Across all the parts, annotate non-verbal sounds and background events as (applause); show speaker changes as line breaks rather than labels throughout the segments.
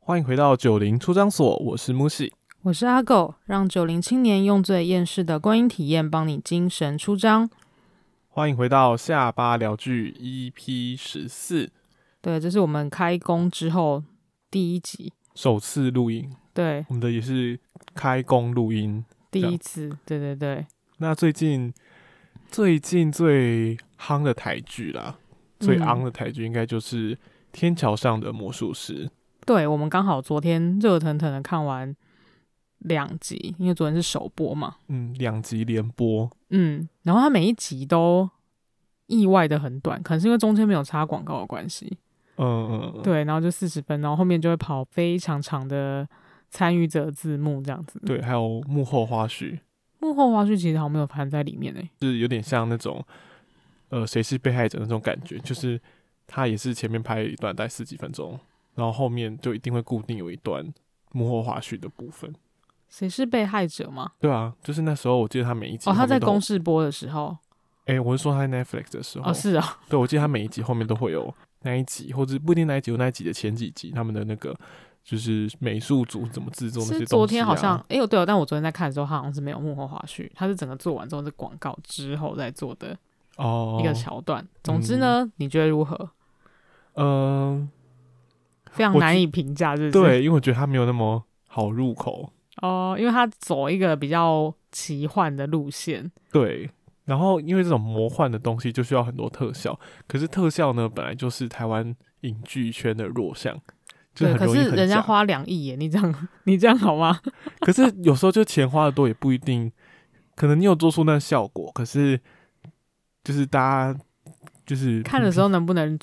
欢迎回到九零出张所，我是木喜。
我是阿狗，让九零青年用最厌世的观影体验帮你精神出张。
欢迎回到下巴聊剧 EP 十四，
对，这是我们开工之后第一集，
首次录音，
对，
我们的也是开工录音。
第
这样
一次，对对对，
那最近最近最夯的台剧啦，最
嗯
昂的台剧应该就是《天桥上的魔术师》。
对我们刚好昨天热腾腾的看完两集，因为昨天是首播嘛，
嗯，两集连播，
嗯，然后它每一集都意外的很短，可能是因为中间没有插广告的关系，
嗯嗯嗯，
对，然后就四十分，然后后面就会跑非常长的参与者字幕这样子，，
对，还有幕后花絮，
幕后花絮其实好像没有含在里面欸诶、
就是有点像那种，呃，谁是被害者那种感觉，就是他也是前面拍一段大概十几分钟，然后后面就一定会固定有一段幕后花絮的部分。
谁是被害者吗？
对啊，就是那时候我记得他每一集
哦，他在公
公，
示播的时候，
哎、我是说他在 Netflix 的时候，
哦，是啊，
对，我记得他每一集后面都会有那一集，或者不一定那一集，有那一集的前几集，他们的那个就是美术组怎么制作那些东西、
是
啊。
昨天好像，哎、呦对哦，但我昨天在看的时候，他好像是没有幕后花絮，他是整个做完之后是广告之后再做的
哦，
一个桥段。总之呢，你觉得如何？
嗯、
非常
我
难
觉
以评价，是不是？
对，因为我觉得他没有那么好入口。
哦，因为他走一个比较奇幻的路线，
对，然后因为这种魔幻的东西就需要很多特效，可是特效呢，本来就是台湾影剧圈的弱项，就
对，
很
可
容易
是
很
人家
假。
花两亿耶，你这样 (laughs) 你这样
(laughs)
好吗？
可是有时候就钱花的多也不一定，可能你有做出那效果，可是就是大家就是
看的时候能不能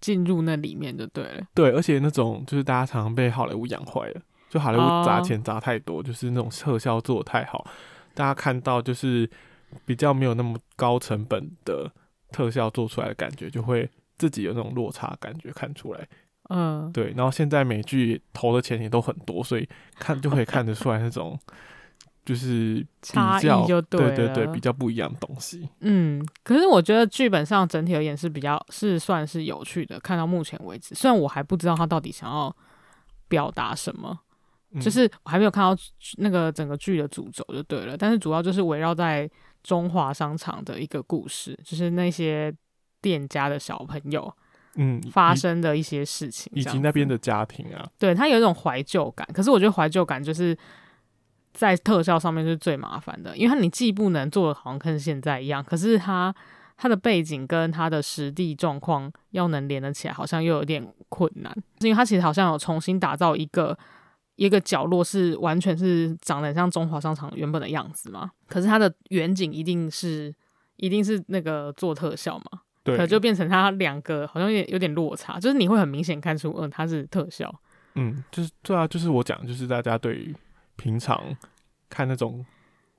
进入那里面就对了。
对，而且那种就是大家常常被好莱坞养坏了，就好莱坞砸
哦
钱砸太多，就是那种特效做的太好，大家看到就是比较没有那么高成本的特效做出来的感觉，就会自己有那种落差感觉看出来。
嗯，
对，然后现在美剧投的钱也都很多，所以看就可以看得出来那种就是
差
较
异就对
对
了。
对对比较不一样的东西。
嗯，可是我觉得剧本上整体而言是比较是算是有趣的，看到目前为止，虽然我还不知道他到底想要表达什么，
嗯
就是我还没有看到那个整个剧的主轴就对了，但是主要就是围绕在中华商场的一个故事，就是那些店家的小朋友
嗯
发
以
生的一些事情，
以
这
及
样
那边
子
的家庭啊，
对他有一种怀旧感，可是我觉得怀旧感就是在特效上面是最麻烦的，因为它你既不能做的好像跟现在一样，可是它它的背景跟它的实地状况要能连得起来，好像又有点困难，因为它其实好像有重新打造一个。一个角落是完全是长得很像中华商场原本的样子嘛，可是它的远景一定是一定是那个做特效嘛，可
对，
能就变成它两个好像有点有点落差，就是你会很明显看出，嗯，它是特效，
嗯，就是对啊，就是我讲，就是大家对于平常看那种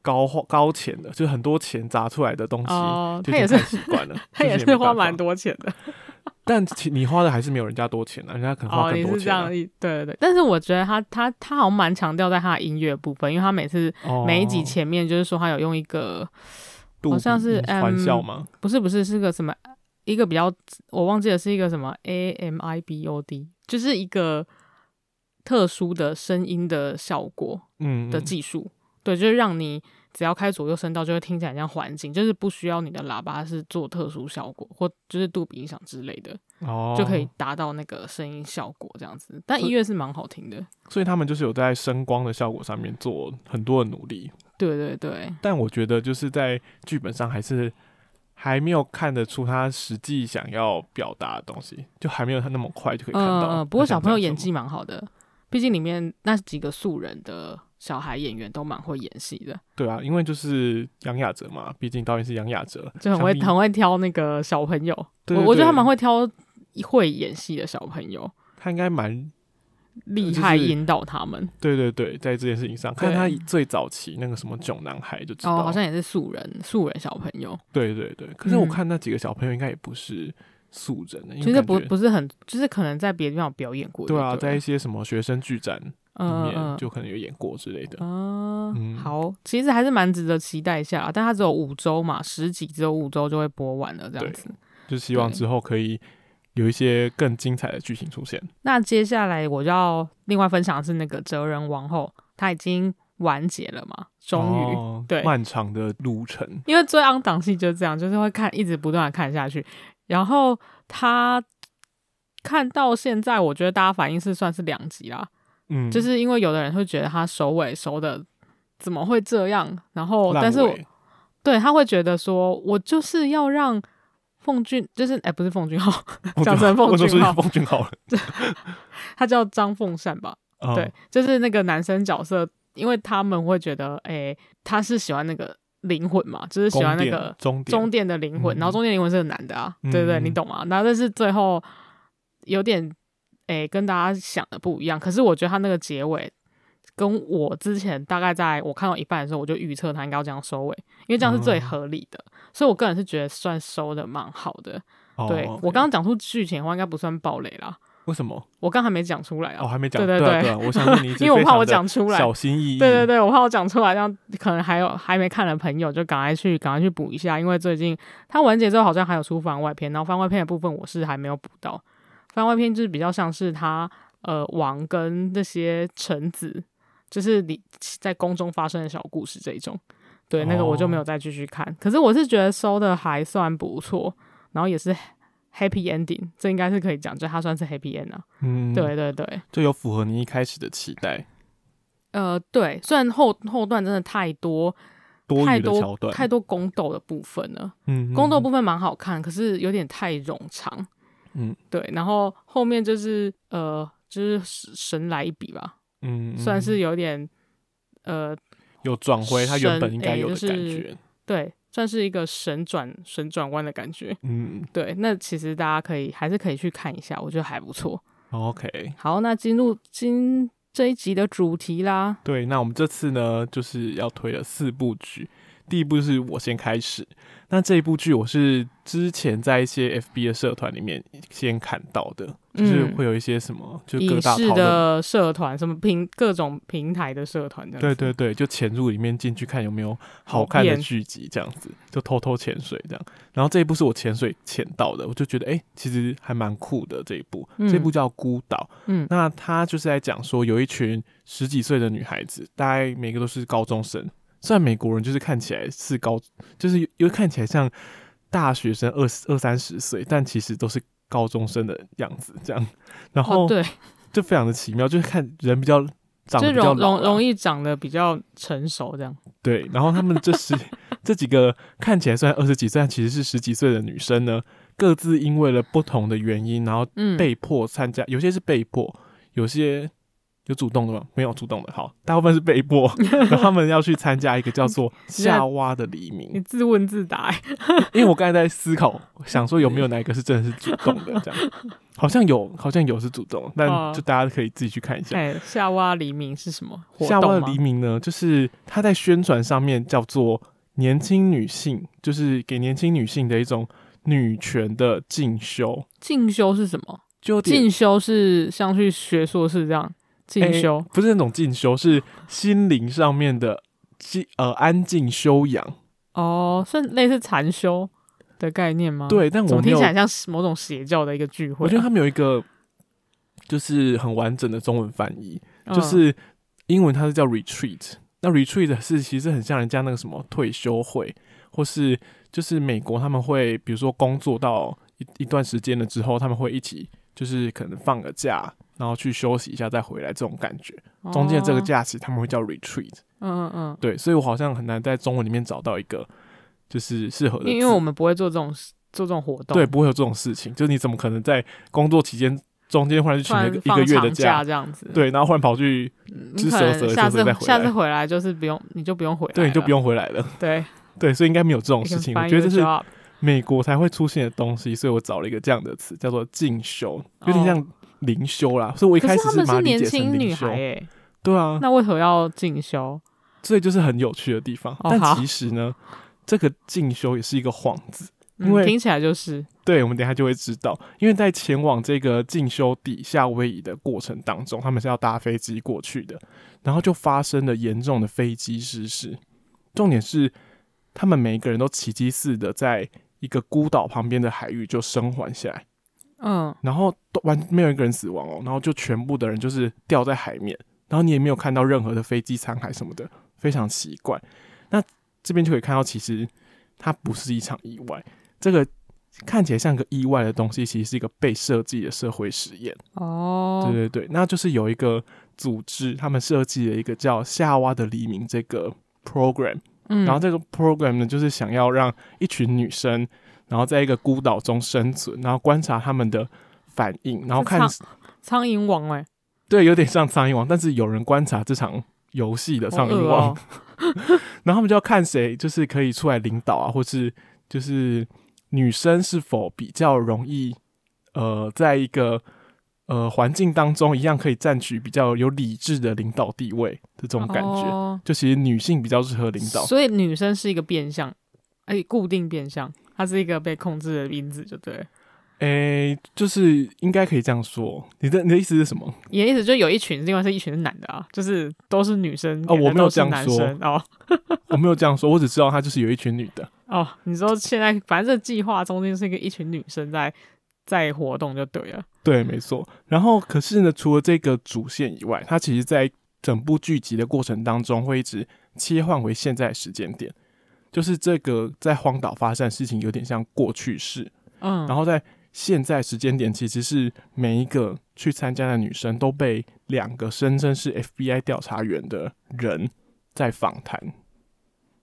高花高钱的，就是很多钱砸出来的东西，
哦，
就
他
已
也
经
是
太，习惯了，
(laughs) 他
就
也
是
是花蛮
多，
多钱的。
但其你花的还是没有人家多钱啊，人家可能 (laughs) 花
哦，
更
你
多
是这
钱啊、
样，对对对。但是我觉得他他他好像蛮强调在他的音乐部分，因为他每次
哦
每一集前面就是说他有用一个，
杜
好像
比
是
嗯玩
嗯
笑吗？
不是不是是个什么一个比较我忘记了是一个什么 A M I B O D，就是一个特殊的声音的效果
嗯，
的
嗯
技术，对，就是让你。只要开左右声道，就会听起来很像环境，就是不需要你的喇叭是做特殊效果或就是杜比音响之类的。
哦
就可以，达到那个声音效果这样子。但
所以
音乐是蛮好听的，
所以他们就是有在声光的效果上面做很多的努力，
对对嗯对，
但我觉得就是在剧本上还是还没有看得出他实际想要表达的东西，就还没有他那么快就可以看
嗯
到。
嗯。不过
他想
小朋友
讲什
演
么
技蛮好的，毕竟里面那几个素人的小孩演员都蛮会演戏的，
对啊，因为就是杨雅哲嘛，毕竟导演是杨雅哲，
就很会
想必
很会挑那个小朋友。
对
我
对
我觉得他蛮
对
会挑会演戏的小朋友，
他应该蛮
厉
就是
害引导他们。
对对对，在这件事情上，看
对
他最早期那个什么囧男孩就知道，
哦，好像也是素人素人小朋友，
对对对。可是我
嗯
看那几个小朋友应该也不是素人的、因为
其实
感
不
觉
不是很，就是可能在别的地方有表演过就
对
了。
啊，在一些什么学生剧展里
嗯嗯
面
嗯
就可能有演过之类的。
啊，
嗯
好，其实还是蛮值得期待一下啦，但它只有五周嘛，十集只有五周就会播完了，这样子。
就希望
对
之后可以有一些更精彩的剧情出现。
那接下来我要另外分享的是那个《哲人王后》，它已经完结了嘛，终于。
哦
对
漫长的路程，
因为最昂档戏就是这样，就是会看一直不断的看下去。然后他看到现在，我觉得大家反应是算是两极啦，
嗯，
就是因为有的人会觉得他首尾收的怎么会这样，然后
烂
但是我
尾
对他会觉得说我就是要让奉俊，就是哎、不是奉俊昊，讲成
(laughs) 我
奉
就
俊
是
昊，
奉俊好
(laughs)
了，
他叫张凤善吧？
啊
对，，就是那个男生角色，因为他们会觉得哎、他是喜欢那个灵魂嘛，就是喜欢那个
终点
中殿的灵魂，
嗯
然后中殿灵魂是个男的啊，对不对？
嗯
你懂吗？然后但是最后有点诶、跟大家想的不一样。可是我觉得他那个结尾跟我之前大概在我看到一半的时候，我就预测他应该要这样收尾，因为这样是最
哦
合理的。所以我个人是觉得算收的蛮好的。
哦
对我
OK
刚刚讲出剧情的话，应该不算暴雷啦。
为什么？
我刚还没讲出来
哦，
啊，
还没讲，
对
对
对
啊
对
对啊，我想
(laughs)
问你一直
因为我
非
怕
常
我
地
讲出来
小心翼翼，
对对对，我怕我讲出来，这样可能还有还没看的朋友就赶快去赶快去补一下，因为最近它完结之后好像还有出番外篇，然后番外篇的部分我是还没有补到。番外篇就是比较像是他呃王跟那些臣子，就是你在宫中发生的小故事这一种。对，那个我就没有再继续看。可是我是觉得收的还算不错，然后也是 happy ending，这应该是可以讲，就它算是 happy end 啊。
嗯，
对，对对。
就有符合你一开始的期待，
呃，对，虽然后后段真的太多
多
太
余的
多
桥段，
太多宫斗的部分了，
嗯，嗯
宫斗部分蛮好看，可是有点太冗长。
嗯，
对，然后后面就是呃，就是神神来一笔吧，
嗯，嗯
算是有点呃，
有转回它原本应该
神
有的
哎就是
感觉，
对，算是一个神转神转弯的感觉。
嗯
对，那其实大家可以还是可以去看一下，我觉得还不错。
嗯，OK，
好，那进入今这一集的主题啦。
对，那我们这次呢，就是要推了四部剧。第一部是我先开始，那这一部剧我是之前在一些 FB 的社团里面先看到的，就是
嗯
会有一些什么，就各
影
大
视
讨论，
的社团，什么平各种平台的社团，这样
对
子
对对，就潜入里面进去看有没有好
好
看的
片
剧集，这样子就偷偷潜水这样。然后这一部是我潜水潜到的，我就觉得哎、诶其实还蛮酷的这一部，
嗯
这部叫《孤岛》。
嗯
那他就是在讲说，有一群十几岁的女孩子，大概每个都是高中生。虽然美国人就是看起来是高，就是有有看起来像大学生二十二三十岁，但其实都是高中生的样子，这样。然后
哦对，
就非常的奇妙，就是看人比较长
就
得比较
容
老
容
啦，
容易长得比较成熟这样。
对，然后他们这
(laughs)
十这几个看起来虽然二十几岁，但其实是十几岁的女生呢，各自因为了不同的原因，然后
嗯，
被迫参加，有些是被迫，有些有主动的吗？没有主动的，好，大部分是被
(laughs)
迫，然后他们要去参加一个叫做夏娃的黎
你
明。
自问
(laughs)
自答、欸，
因为我刚才在思考，想说有没有哪一个是真的是主动的，这
(laughs)
样好像有，好像有是主动，但
哦
就大家可以自己去看一下。
哎、夏娃黎明是什么活
夏娃
动
的
吗
黎？明呢，就是他在宣传上面叫做年轻女性，就是给年轻女性的一种女权的进修，
进修是什么？
就有点
进修是像去学硕士这样进
欸
修、
不是那种进修，是心灵上面的静呃安静修养。
哦，算类似禅修的概念吗？，
对，但
怎
我
么
没
听
有
起，来像是某种邪教的一个聚会啊、
我觉得他们有一个就是很完整的中文翻译，
嗯
就是英文它是叫 retreat，那 retreat 是其实很像人家那个什么退休会，或是就是美国他们会比如说工作到一一段时间了之后，他们会一起就是可能放个假。然后去休息一下再回来，这种感觉。中间这个
哦
假期他们会叫 retreat，
嗯嗯
对，所以我好像很难在中文里面找到一个就是适合的
嗯，
字，
因因为我们不会做这种做这种活动，
对，不会有这种事情，就是你怎么可能在工作期间中间忽然去
突
请了
然
一个一
放
个月的
长假，这样子，
对，然后忽然跑去，
嗯，
吃
你可
蛇蛇
能
的时候
下次
再回
下
来
次回来就是不用，你就不用回来了，
对，你就不用回来了，
对，
对，所以应该没有这种
you
事
can
情，
find
我觉得这
your
是
job
美国才会出现的东西，所以我找了一个这样的词，叫做进修，有点
哦
像灵修啦，所以我一
可
开
是
始
他们
把它
是
理
年
解成
轻
灵
女
修 (laughs)
孩，诶，
对啊，
那为何要进修？
所以就是很有趣的地方，
哦
但
好
其实呢，这个进修也是一个幌子。
嗯
因为
听起来就是，
对，我们等一下就会知道，因为在前往这个进修地夏威夷的过程当中，他们是要搭飞机过去的，然后就发生了严重的飞机失事。重点是，他们每一个人都奇迹似的在一个孤岛旁边的海域就生还下来，
嗯，
然后都完没有一个人死亡哦，然后就全部的人就是掉在海面，然后你也没有看到任何的飞机残骸什么的，非常奇怪。那这边就可以看到，其实它不是一场意外，这个看起来像个意外的东西，其实是一个被设计的社会实验。
哦，
对对对，那就是有一个组织，他们设计了一个叫“夏娃的黎明”这个 program，
嗯，
然后这个 program 呢，就是想要让一群女生，然后在一个孤岛中生存，然后观察他们的反应，然后看
是，苍蝇王哎、
对，有点像苍蝇王，但是有人观察这场游戏的
欸，
苍
好
蝇
恶
王，
哦
然后他们就要看谁就是可以出来领导啊，或是就是女生是否比较容易，呃，在一个呃环境当中一样可以占取比较有理智的领导地位这种感觉。
哦
就其实女性比较适合领导，
所以女生是一个变相，哎、固定变相，它是一个被控制的因子，就对了。
诶、就是应该可以这样说。你的你的意思是什么？
你的意思就是有一群，另外是一群是男的啊，就是都是女生，
哦
演的
我没有
都是
这样
男
说
生哦
我没有这样说，我只知道她就是有一群女的。
哦，你说现在反正这计划中间是一个一群女生在在活动就对了，
对，没错。然后可是呢，除了这个主线以外，它其实在整部剧集的过程当中会一直切换回现在的时间点，就是这个在荒岛发生的事情有点像过去式，
嗯，
然后在现在时间点其实是每一个去参加的女生都被两个声称是 FBI 调查员的人在访谈。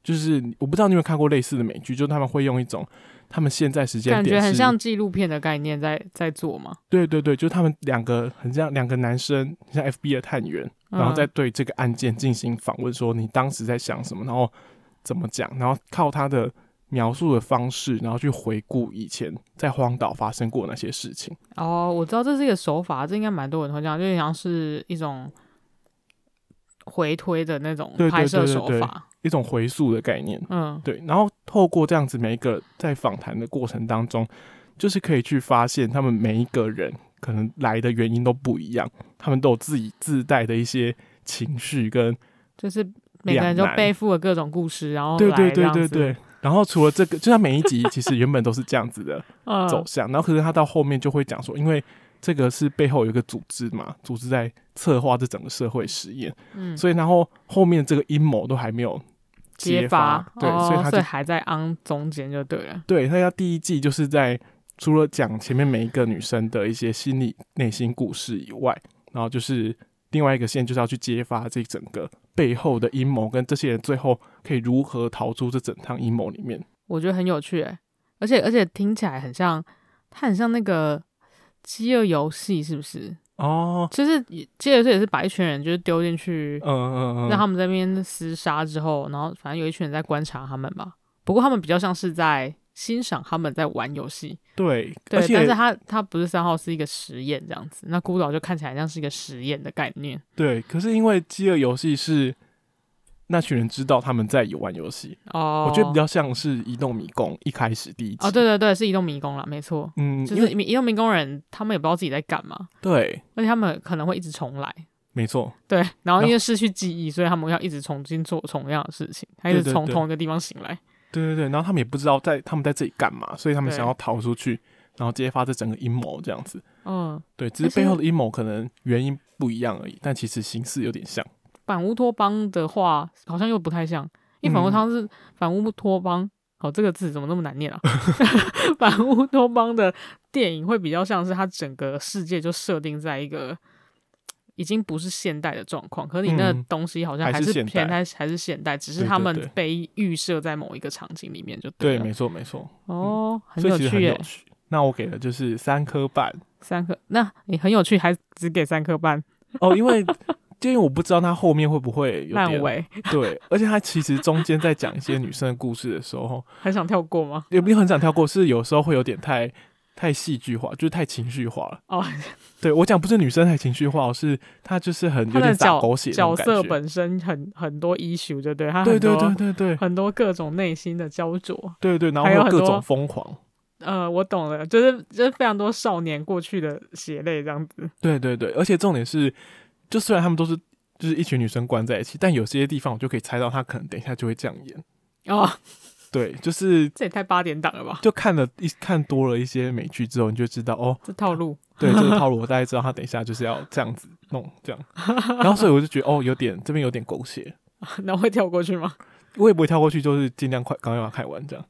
就是我不知道你有没有看过类似的美剧，就是他们会用一种他们现在时间
感
点
觉很
是
像纪录片的概念在在做嘛，
对对对，就是他们两个很像两个男生，很像 FBI 的探员，
嗯
然后再对这个案件进行访问，说你当时在想什么，然后怎么讲，然后靠他的描述的方式，然后去回顾以前在荒岛发生过那些事情。
哦，我知道这是一个手法，这应该蛮多人会这样，就有点像是一种回推的那种
对对
拍摄
对对
手
对
法，
一种回溯的概念，
嗯
对，然后透过这样子每一个在访谈的过程当中，就是可以去发现他们每一个人可能来的原因都不一样，他们都有自己自带的一些情绪跟
就是每个人都
两难
背负了各种故事，然后
对
哦来
对
这
对
样
对
子，
对。然后除了这个，就像每一集其实原本都是这样子的
(laughs) 嗯，
走向，然后可是他到后面就会讲说，因为这个是背后有一个组织嘛，组织在策划这整个社会实验，
嗯，
所以然后后面这个阴谋都还没有
揭
发，对，
哦、
所以他就
还在昂中间就对了，
对他要第一季就是在除了讲前面每一个女生的一些心理内心故事以外，然后就是另外一个线就是要去揭发这整个背后的阴谋，跟这些人最后可以如何逃出这整趟阴谋里面。
我觉得很有趣、欸，而且而且听起来很像，它很像那个饥饿游戏，是不是？
哦，
就是饥饿游戏也是把一群人就是丢进去，
嗯嗯嗯，
让他们在那边厮杀之后，然后反正有一群人在观察他们吧。不过他们比较像是在欣赏他们在玩游戏，
对，
对
而。且
但是他他不是三号，是一个实验这样子。那孤岛就看起来像是一个实验的概念。
对，可是因为饥饿游戏是那群人知道他们在玩游戏，
哦，
我觉得比较像是移动迷宫一开始第一集。
哦，对，对对，是移动迷宫啦，没错。
嗯，
就
因
是
为
移移动民工人，他们也不知道自己在干嘛，
对，
而且他们可能会一直重来， (laughs)
没错，
对，然后
然
因
后
为失去记忆，所以他们要一直重新做同样的事情，还一直
对对
从
对
同一个地方醒来。
对对对。然后他们也不知道在他们在这里干嘛，所以他们
对
想要逃出去，然后揭发这整个阴谋这样子。
嗯，
对，只
而
是
且
背后的阴谋可能原因不一样而已，但其实形式有点像。
反乌托邦的话，好像又不太像，因
嗯
为反乌托邦是、反乌托邦，哦，这个字怎么那么难念啊？ (laughs) 反乌托邦的电影会比较像是它整个世界就设定在一个。已经不是现代的状况，可是你那
嗯
东西好像
还
还
是
是
现
偏
代
还是还是现代，只是
对
他
对
们
对
被预设在某一个场景里面就
对，
了。
没错没错，
哦，啊很
所以
有
其实
趣
很有
耶，
趣。那我给的就是三颗半，
三颗。那你很有趣，还只给三颗半，
哦，因为就因为我不知道它后面会不会有
烂
点
尾，
对，而且它其实中间在讲一些女生的故事的时候，
很想跳过吗？
也不是很想跳过，是有时候会有点太太戏剧化，就是太情绪化了。
哦，
对我讲不是女生太情绪化，是她就是很
他
有
的
点
角
打狗血那
角
种感
色
觉
本身很很多 issue，对不对？他
对
啊
对
很多
对对对
很多各种内心的焦灼。
对对，然后
还
会
有
有
很
各
多
种疯狂。
呃，我懂了，就是就是非常多少年过去的血泪这样子。
对对对，而且重点是，就虽然他们都是就是一群女生关在一起，但有些地方我就可以猜到她可能等一下就会这样演。
哦，
对，就是
(laughs) 这也太八点档了吧？
就看了一看多了一些美剧之后，你就知道哦，
这套路 (laughs)
对这个套路，我大概知道他等一下就是要这样子弄这
(laughs)
样，然后所以我就觉得哦，有点这边有点狗血，
那我会跳过去吗？ (laughs)
我也不会跳过去，就是尽量快赶快把它看完这样。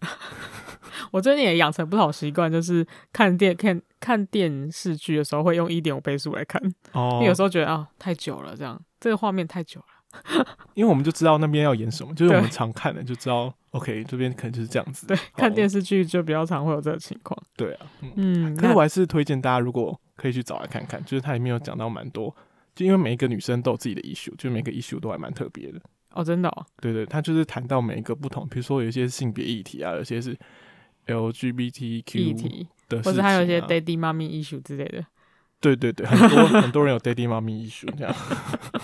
我最近也养成不好习惯，就是看电看看电视剧的时候会用一点五倍速来看，因
哦
为有时候觉得啊太久了，这样这个画面太久了。
因为我们就知道那边要演什么，就是
对
我们常看的就知道，OK，这边可能就是这样子。
对，看电
视
视剧就比较常会有这个情况。
对啊，嗯。
嗯，
可是
那
我还是推荐大家，如果可以去找来看看，就是它里面有讲到蛮多，就因为每一个女生都有自己的 issue，就每个 issue 都还蛮特别的。
哦，真的哦，
对对，他就是谈到每一个不同，比如说有一些性别议题啊，有些是
议
LGBTQ
题，
的事情、啊，
或者还有一些 daddy mommy issue 之类的。
对对对，很多很多人有 daddy 妈咪 issue 这样。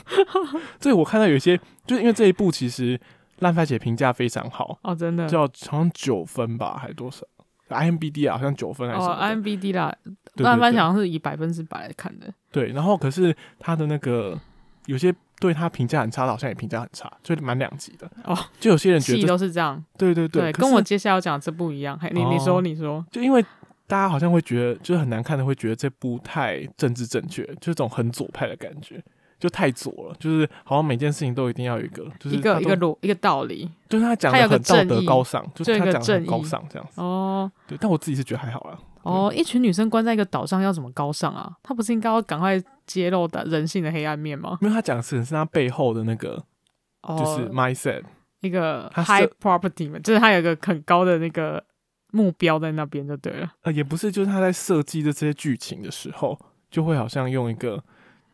(laughs) 这个我看到有一些，就是因为这一部其实烂番茄评价非常好，
哦，真的。
叫好像九分吧，还多少？IMBD 啊，好像九分还是什
哦
么的？
，IMBD 啦，
对
慢慢
对对
想是以百分之百来看的。
对，然后可是他的那个有些对他评价很差的，好像也评价很差，所以蛮两极的。
哦，
就有些人觉
戏
得这，
都是这样，
对对
对，
可
跟
是
我接下来要讲的这不一样。嘿，你你
哦
说你说，
就因为大家好像会觉得，就是很难看的会觉得这部太政治正确，就是这种很左派的感觉，就太左了，就是好像每件事情都一定要有一个，就是
一
他都
个一个逻一个道理
就是他讲的
他有个
很道德
正义
高尚，就是
就有
他
一个
讲的很
正义
高尚这样子。
哦
对，但我自己是觉得还好啦。
哦，一群女生关在一个岛上要怎么高尚啊？她不是应该要赶快揭露的人性的黑暗面吗？
因为他讲的事情是他背后的那个，
哦，
就是 mindset，、
一个
它是
high property 嘛，就是她有一个很高的那个目标在那边就对了。
呃，也不是，就是他在设计的这些剧情的时候，就会好像用一个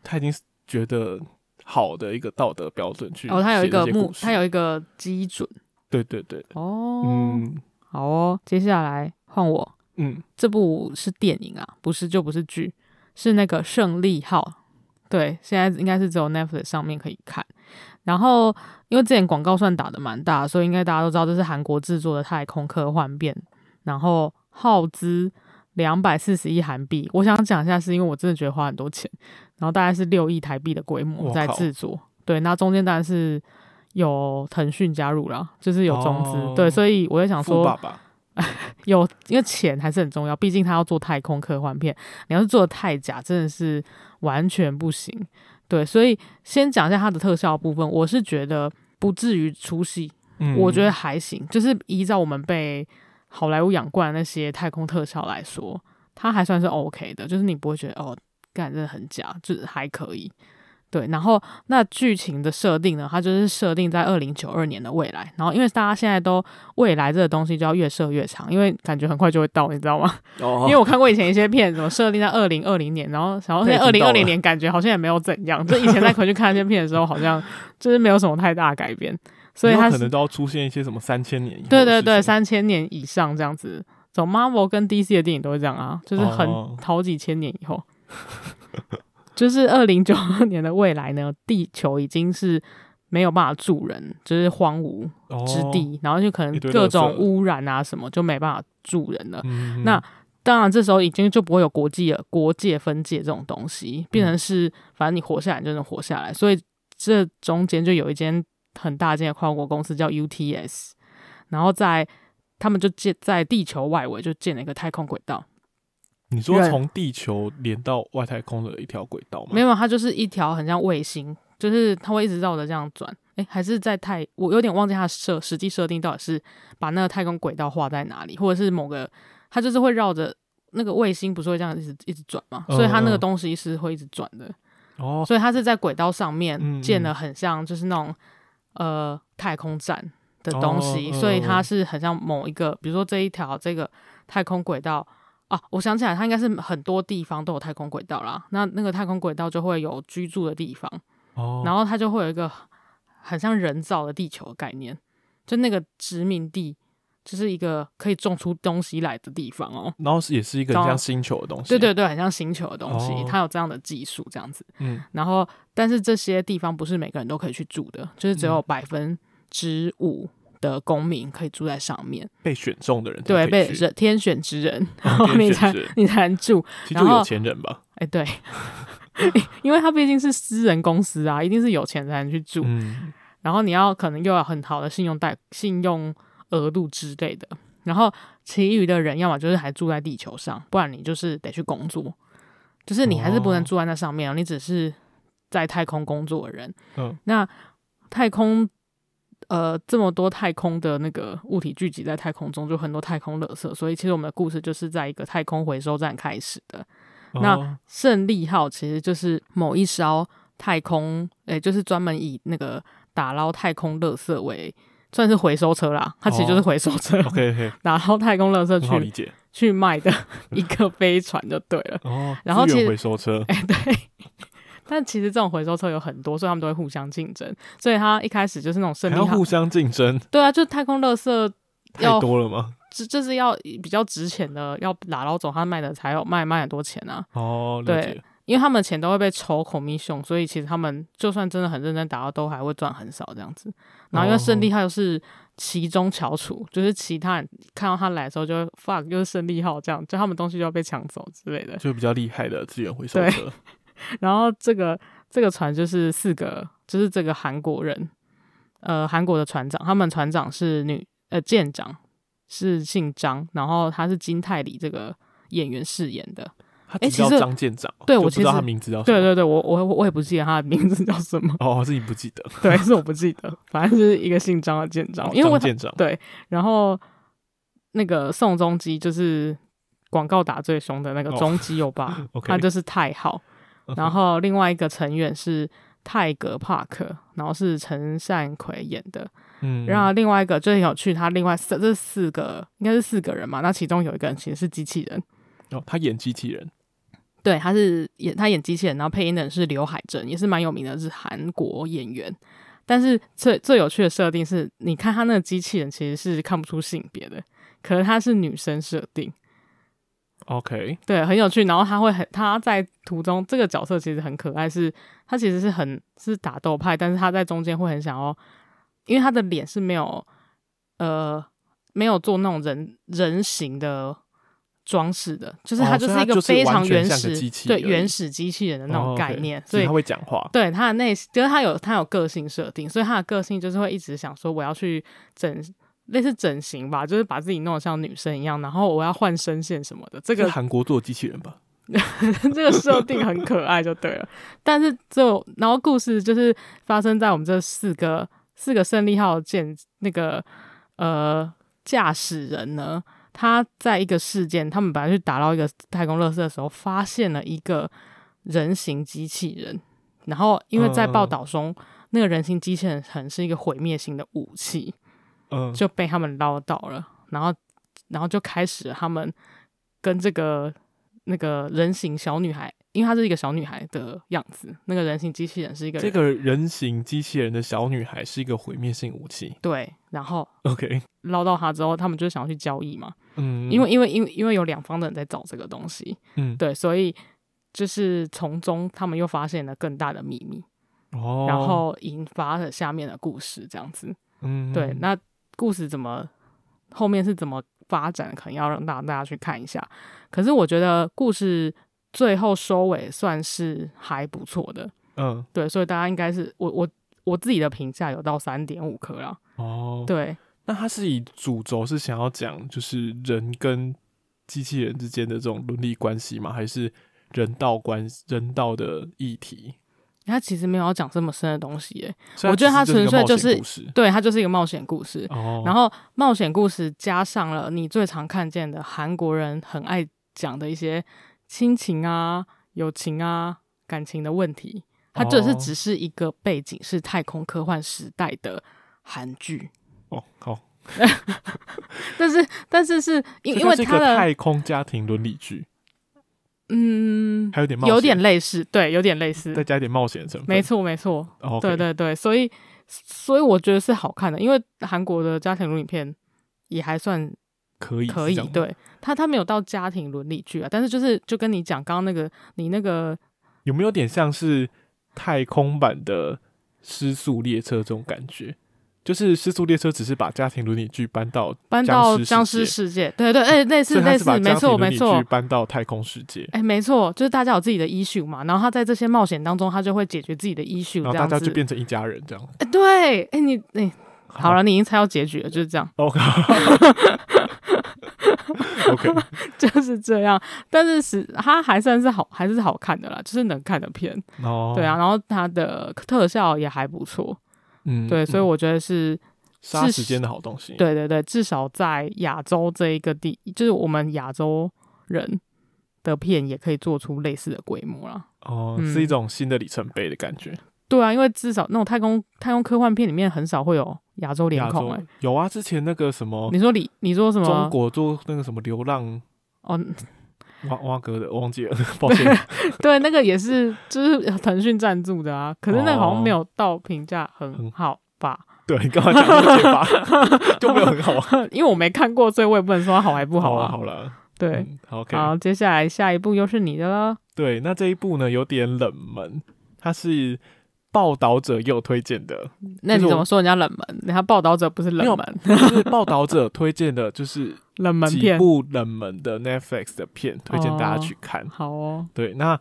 他已经觉得好的一个道德标准去
哦，她有一
写这
个
些
目
故，事
她有一个基准。
对对对，
哦，
嗯
好哦，接下来换我。
嗯，
这部是电影啊，不是就不是剧，是那个《胜利号》。对，现在应该是只有 Netflix 上面可以看。然后，因为之前广告算打的蛮大，所以应该大家都知道这是韩国制作的太空科幻片，然后耗资两百四十亿韩币。我想讲一下，是因为我真的觉得花很多钱，然后大概是六亿台币的规模
我
在
靠
制作。对，那中间当然是有腾讯加入啦，就是有中资。
哦
对，所以我就想
富
说，
爸爸。
有，因为钱还是很重要，毕竟他要做太空科幻片，你要是做的太假，真的是完全不行。对，所以先讲一下它的特效部分，我是觉得不至于出戏，
嗯
我觉得还行，就是依照我们被好莱坞养惯的那些太空特效来说，它还算是 OK 的，就是你不会觉得哦，干真的很假，就是还可以。对，然后那剧情的设定呢，它就是设定在二零九二年的未来。然后因为大家现在都未来这个东西就要越设越长，因为感觉很快就会到，你知道吗？ (laughs)
哦
因为我看过以前一些片，什么设定在二零二零年，然后然后现在
那
二
已经
零
到
二
了
零年感觉好像也没有怎样，就以前再回去看那些片的时候，好像就是没有什么太大的改变。所以
有
它
可
是
能都要出现一些什么三千年以后
对
的
对
事
对，
情
三千年以上这样子。走 Marvel 跟 DC 的电影都会这样啊，就是很
哦
好几千年以后， (laughs) 就是二零九二年的未来呢，地球已经是没有办法住人，就是荒芜之
哦
地，然后就可能
一堆
各
垃圾
种污染啊什么就没办法住人了。
嗯
那当然，这时候已经就不会有国际了国界分界这种东西，变成是反正你活下来你就能活下来。所以这中间就有一间很大间的跨国公司叫 UTS，然后在他们就建在地球外围就建了一个太空轨道，
你说
人
从地球连到外太空的一条轨道吗？
没
有，
有，它就是一条很像卫星，就是它会一直绕着这样转。诶，还是在太，我有点忘记它的设实际设定到底是把那个太空轨道画在哪里，或者是某个，它就是会绕着那个卫星，不是会这样一直一直转嘛？所以它那
嗯
个
嗯
东西是会一直转的，
哦，
所以它是在轨道上面
嗯
建
嗯
了很像就是那种呃太空站的东
哦
西，
嗯
所以它
嗯
是很像某一个，比如说这一条这个太空轨道啊，我想起来，它应该是很多地方都有太空轨道啦。那那个太空轨道就会有居住的地方，
哦，
然后它就会有一个很像人造的地球的概念，就那个殖民地就是一个可以种出东西来的地方哦。
然后是也是一个很
找
像星球的东西，
对对，对，很像星球的东西，
哦
它有这样的技术这样子。
嗯，
然后，但是这些地方不是每个人都可以去住的，就是只有
嗯
百分之五的公民可以住在上面，
被选中的人才
对，
哦可以
被
去
人天选之人，然
哦
后你
天
才
选之人
你才能住。
其实
然
就
后
有钱人吧，
哎、对， (laughs) 因为它毕竟是私人公司啊，一定是有钱才能去住，
嗯，
然后你要可能又要很好的信用贷、信用额度之类的。然后其余的人要么就是还住在地球上，不然你就是得去工作，就是你还是不能
哦
住在那上面哦，你只是在太空工作的人。
嗯，
那太空呃这么多太空的那个物体聚集在太空中，就很多太空垃圾，所以其实我们的故事就是在一个太空回收站开始的。那
哦
胜利号其实就是某一艘太空，诶、就是专门以那个打捞太空垃圾为算是回收车啦，它其实就是回收车，
哦 OK OK，
(laughs) 打捞太空垃圾
很好理
去
解
去卖的一个飞船就对了。 (laughs)
哦。
然后
资
其
源
实
回收车
哎、对。但其实这种回收车有很多，所以他们都会互相竞争。所以它一开始就是那种胜
还
利
要
号
互，相竞争，
对啊，就是太空垃圾
太
要
多了吗？
这这是要比较值钱的，要打捞走它卖的才有卖卖很多钱啊。
哦，了
对
解。
因为他们钱都会被抽 commission，所以其实他们就算真的很认真打到，都还会赚很少这样子。然后因为胜
哦
利号又是其中翘楚，就是其他人看到他来的时候就会 fuck，就是胜利号这样，就他们东西就要被抢走之类的。
就比较厉害的资源回收
对
车，
然后这个这个船就是四个，就是这个韩国人，呃，韩国的船长，他们船长是女，呃，舰长是姓张，然后他是金泰里这个演员饰演的。
他
哎
只
其
知道
实
张舰长，
对
就
我
不
其
知道
实
他名字叫什
对
么。
对对，我我我也不记得他的名字叫什么。
哦，自己不记得， (laughs)
对，是我不记得，反正就是一个姓张的建章，因为我
哦张舰长
对，然后那个宋仲基就是广告打最凶的那个
哦，
中基欧巴
OK (laughs) 嗯
他就是太浩，然后另外一个成员是泰格帕克，然后是陈善奎演的，
嗯，
然后另外一个就很有趣，他另外四这四个应该是四个人嘛，那其中有一个人其实是机器人，
哦，他演机器人，
对，他是演他演机器人，然后配音的人是刘海镇，也是蛮有名的，是韩国演员。但是最最有趣的设定是，你看他那个机器人其实是看不出性别的，可是他是女生设定，
OK，
对，很有趣。然后他会很他在途中这个角色其实很可爱，是他其实是很是打斗派，但是他在中间会很想要，因为他的脸是没有呃没有做那种人人形的装饰的，就是
哦
他
所以
是
他
一
就
个
是
非
完
常
全
原
像个
始
机器
对
人
原始机器人的那
哦
种
，OK，
概念，
所
所
以
以
他会讲话，
对他的内心，就是他有他有个性设定，所以他的个性就是会一直想说我要去整类似整形吧，就是把自己弄得像女生一样，然后我要换声线什么的。
这
这个
个韩国做的机器人吧？
这个设定很可爱就对了。但是就然后故事就是发生在我们这四个四个胜利号舰那个呃驾驶人呢，他在一个事件，他们本来去打捞一个太空垃圾的时候，发现了一个人形机器人，然后因为在
嗯
报道中。那个人形机器人很是一个毁灭性的武器，
嗯，
就被他们捞到了，然后然后就开始他们跟这个那个人形小女孩，因为她是一个小女孩的样子，那个人形机器人是一个
这
人
个人形机器人的小女孩是一个毁灭性武器。
对，然后
OK，
捞到她之后，他们就想要去交易嘛，
嗯，
因为因为因为因为有两方的人在找这个东西，
嗯，
对，所以就是从中他们又发现了更大的秘密，
哦，
然后引发了下面的故事，这样子。
嗯，
对，那故事怎么后面是怎么发展，可能要让大大家去看一下。可是我觉得故事最后收尾算是还不错的，
嗯，
对，所以大家应该是我我我自己的评价有到三点五颗啦。
哦，，
对，
那它是以主轴是想要讲就是人跟机器人之间的这种伦理关系吗？还是人道关人道的议题？
它其实没有要讲这么深的东西耶，
所以
我觉得它
其实
纯粹
就是一个
就
冒险故事
对，它就是一个冒险故事。
哦，
然后冒险故事加上了你最常看见的韩国人很爱讲的一些亲情啊、友情啊、感情的问题，它这是
哦
只是一个背景，是太空科幻时代的韩剧，
哦，好，
但是但是是因
所以
因为
是一
它
个
的
太空家庭伦理剧，
嗯
还有点冒险
有点类似，对，有点类
再
似，
加一点冒险的成分，
没错没错，
哦，
对对对，所以所以我觉得是好看的，因为韩国的家庭伦理片也还算
可以
可以
是这样，吗，
对他他没有到家庭伦理剧啊，但是就是就跟你讲刚刚那个你那个
有没有点像是太空版的《失速列车》这种感觉？就是《失速列车》只是把家庭伦理剧搬到，
搬到
僵
僵
尸
尸
世
世界，对对，哎、类
所
似
以它
类
是
似
把，
没
家庭
错
伦
没
理
错
剧，搬到太空世界，
哎、没错，就是大家有自己的 issue 嘛，然后他在这些冒险当中，他就会解决自己的 issue
然后
这
大
样
家就
子。
变成一家人这样。
哎、对，哎、你哎、 (laughs) 好了，你已经猜到结局了，就是这样， (laughs)
，OK
(laughs)
OK， (laughs)
就是这样。但是是它还算是好，还是好看的啦，就是能看的片。
哦，
对啊，，然后它的特效也还不错，
嗯，
对，所以
嗯
我觉得是，
杀
是
时间的好东西，，
对对对，至少在亚洲这一个地，就是我们亚洲人的片也可以做出类似的规模啦。
哦，
嗯
是一种新的里程碑的感觉。
对啊，因为至少那种太空太空科幻片里面很少会有亚洲脸
亚
孔
洲
哎、
有啊，之前那个什么
你说你你说什么？啊
中国做那个什么流浪
哦， (laughs)
蛙蛙哥的，我忘记了，抱歉。
对，那个也是就是 (laughs) 腾讯赞助的啊，可是那个好像没有到评价很
哦很
好吧？
对你刚才讲那结巴
(laughs)
就没有很好啊。
因为我没看过，所以我也不能说它好还不
好
好啊。
了好了，
对，
嗯，好 OK。
好，接下来下一部又是你的了。
对，那这一部呢有点冷门，它是报道者又推荐的，
那你
就是
怎
我
么说人家冷门？人家报道者不是冷门，
就是报道者推荐的，就是
冷门
几
片。
部冷门的 Netflix 的片，推荐大家去看。
好哦，
对，那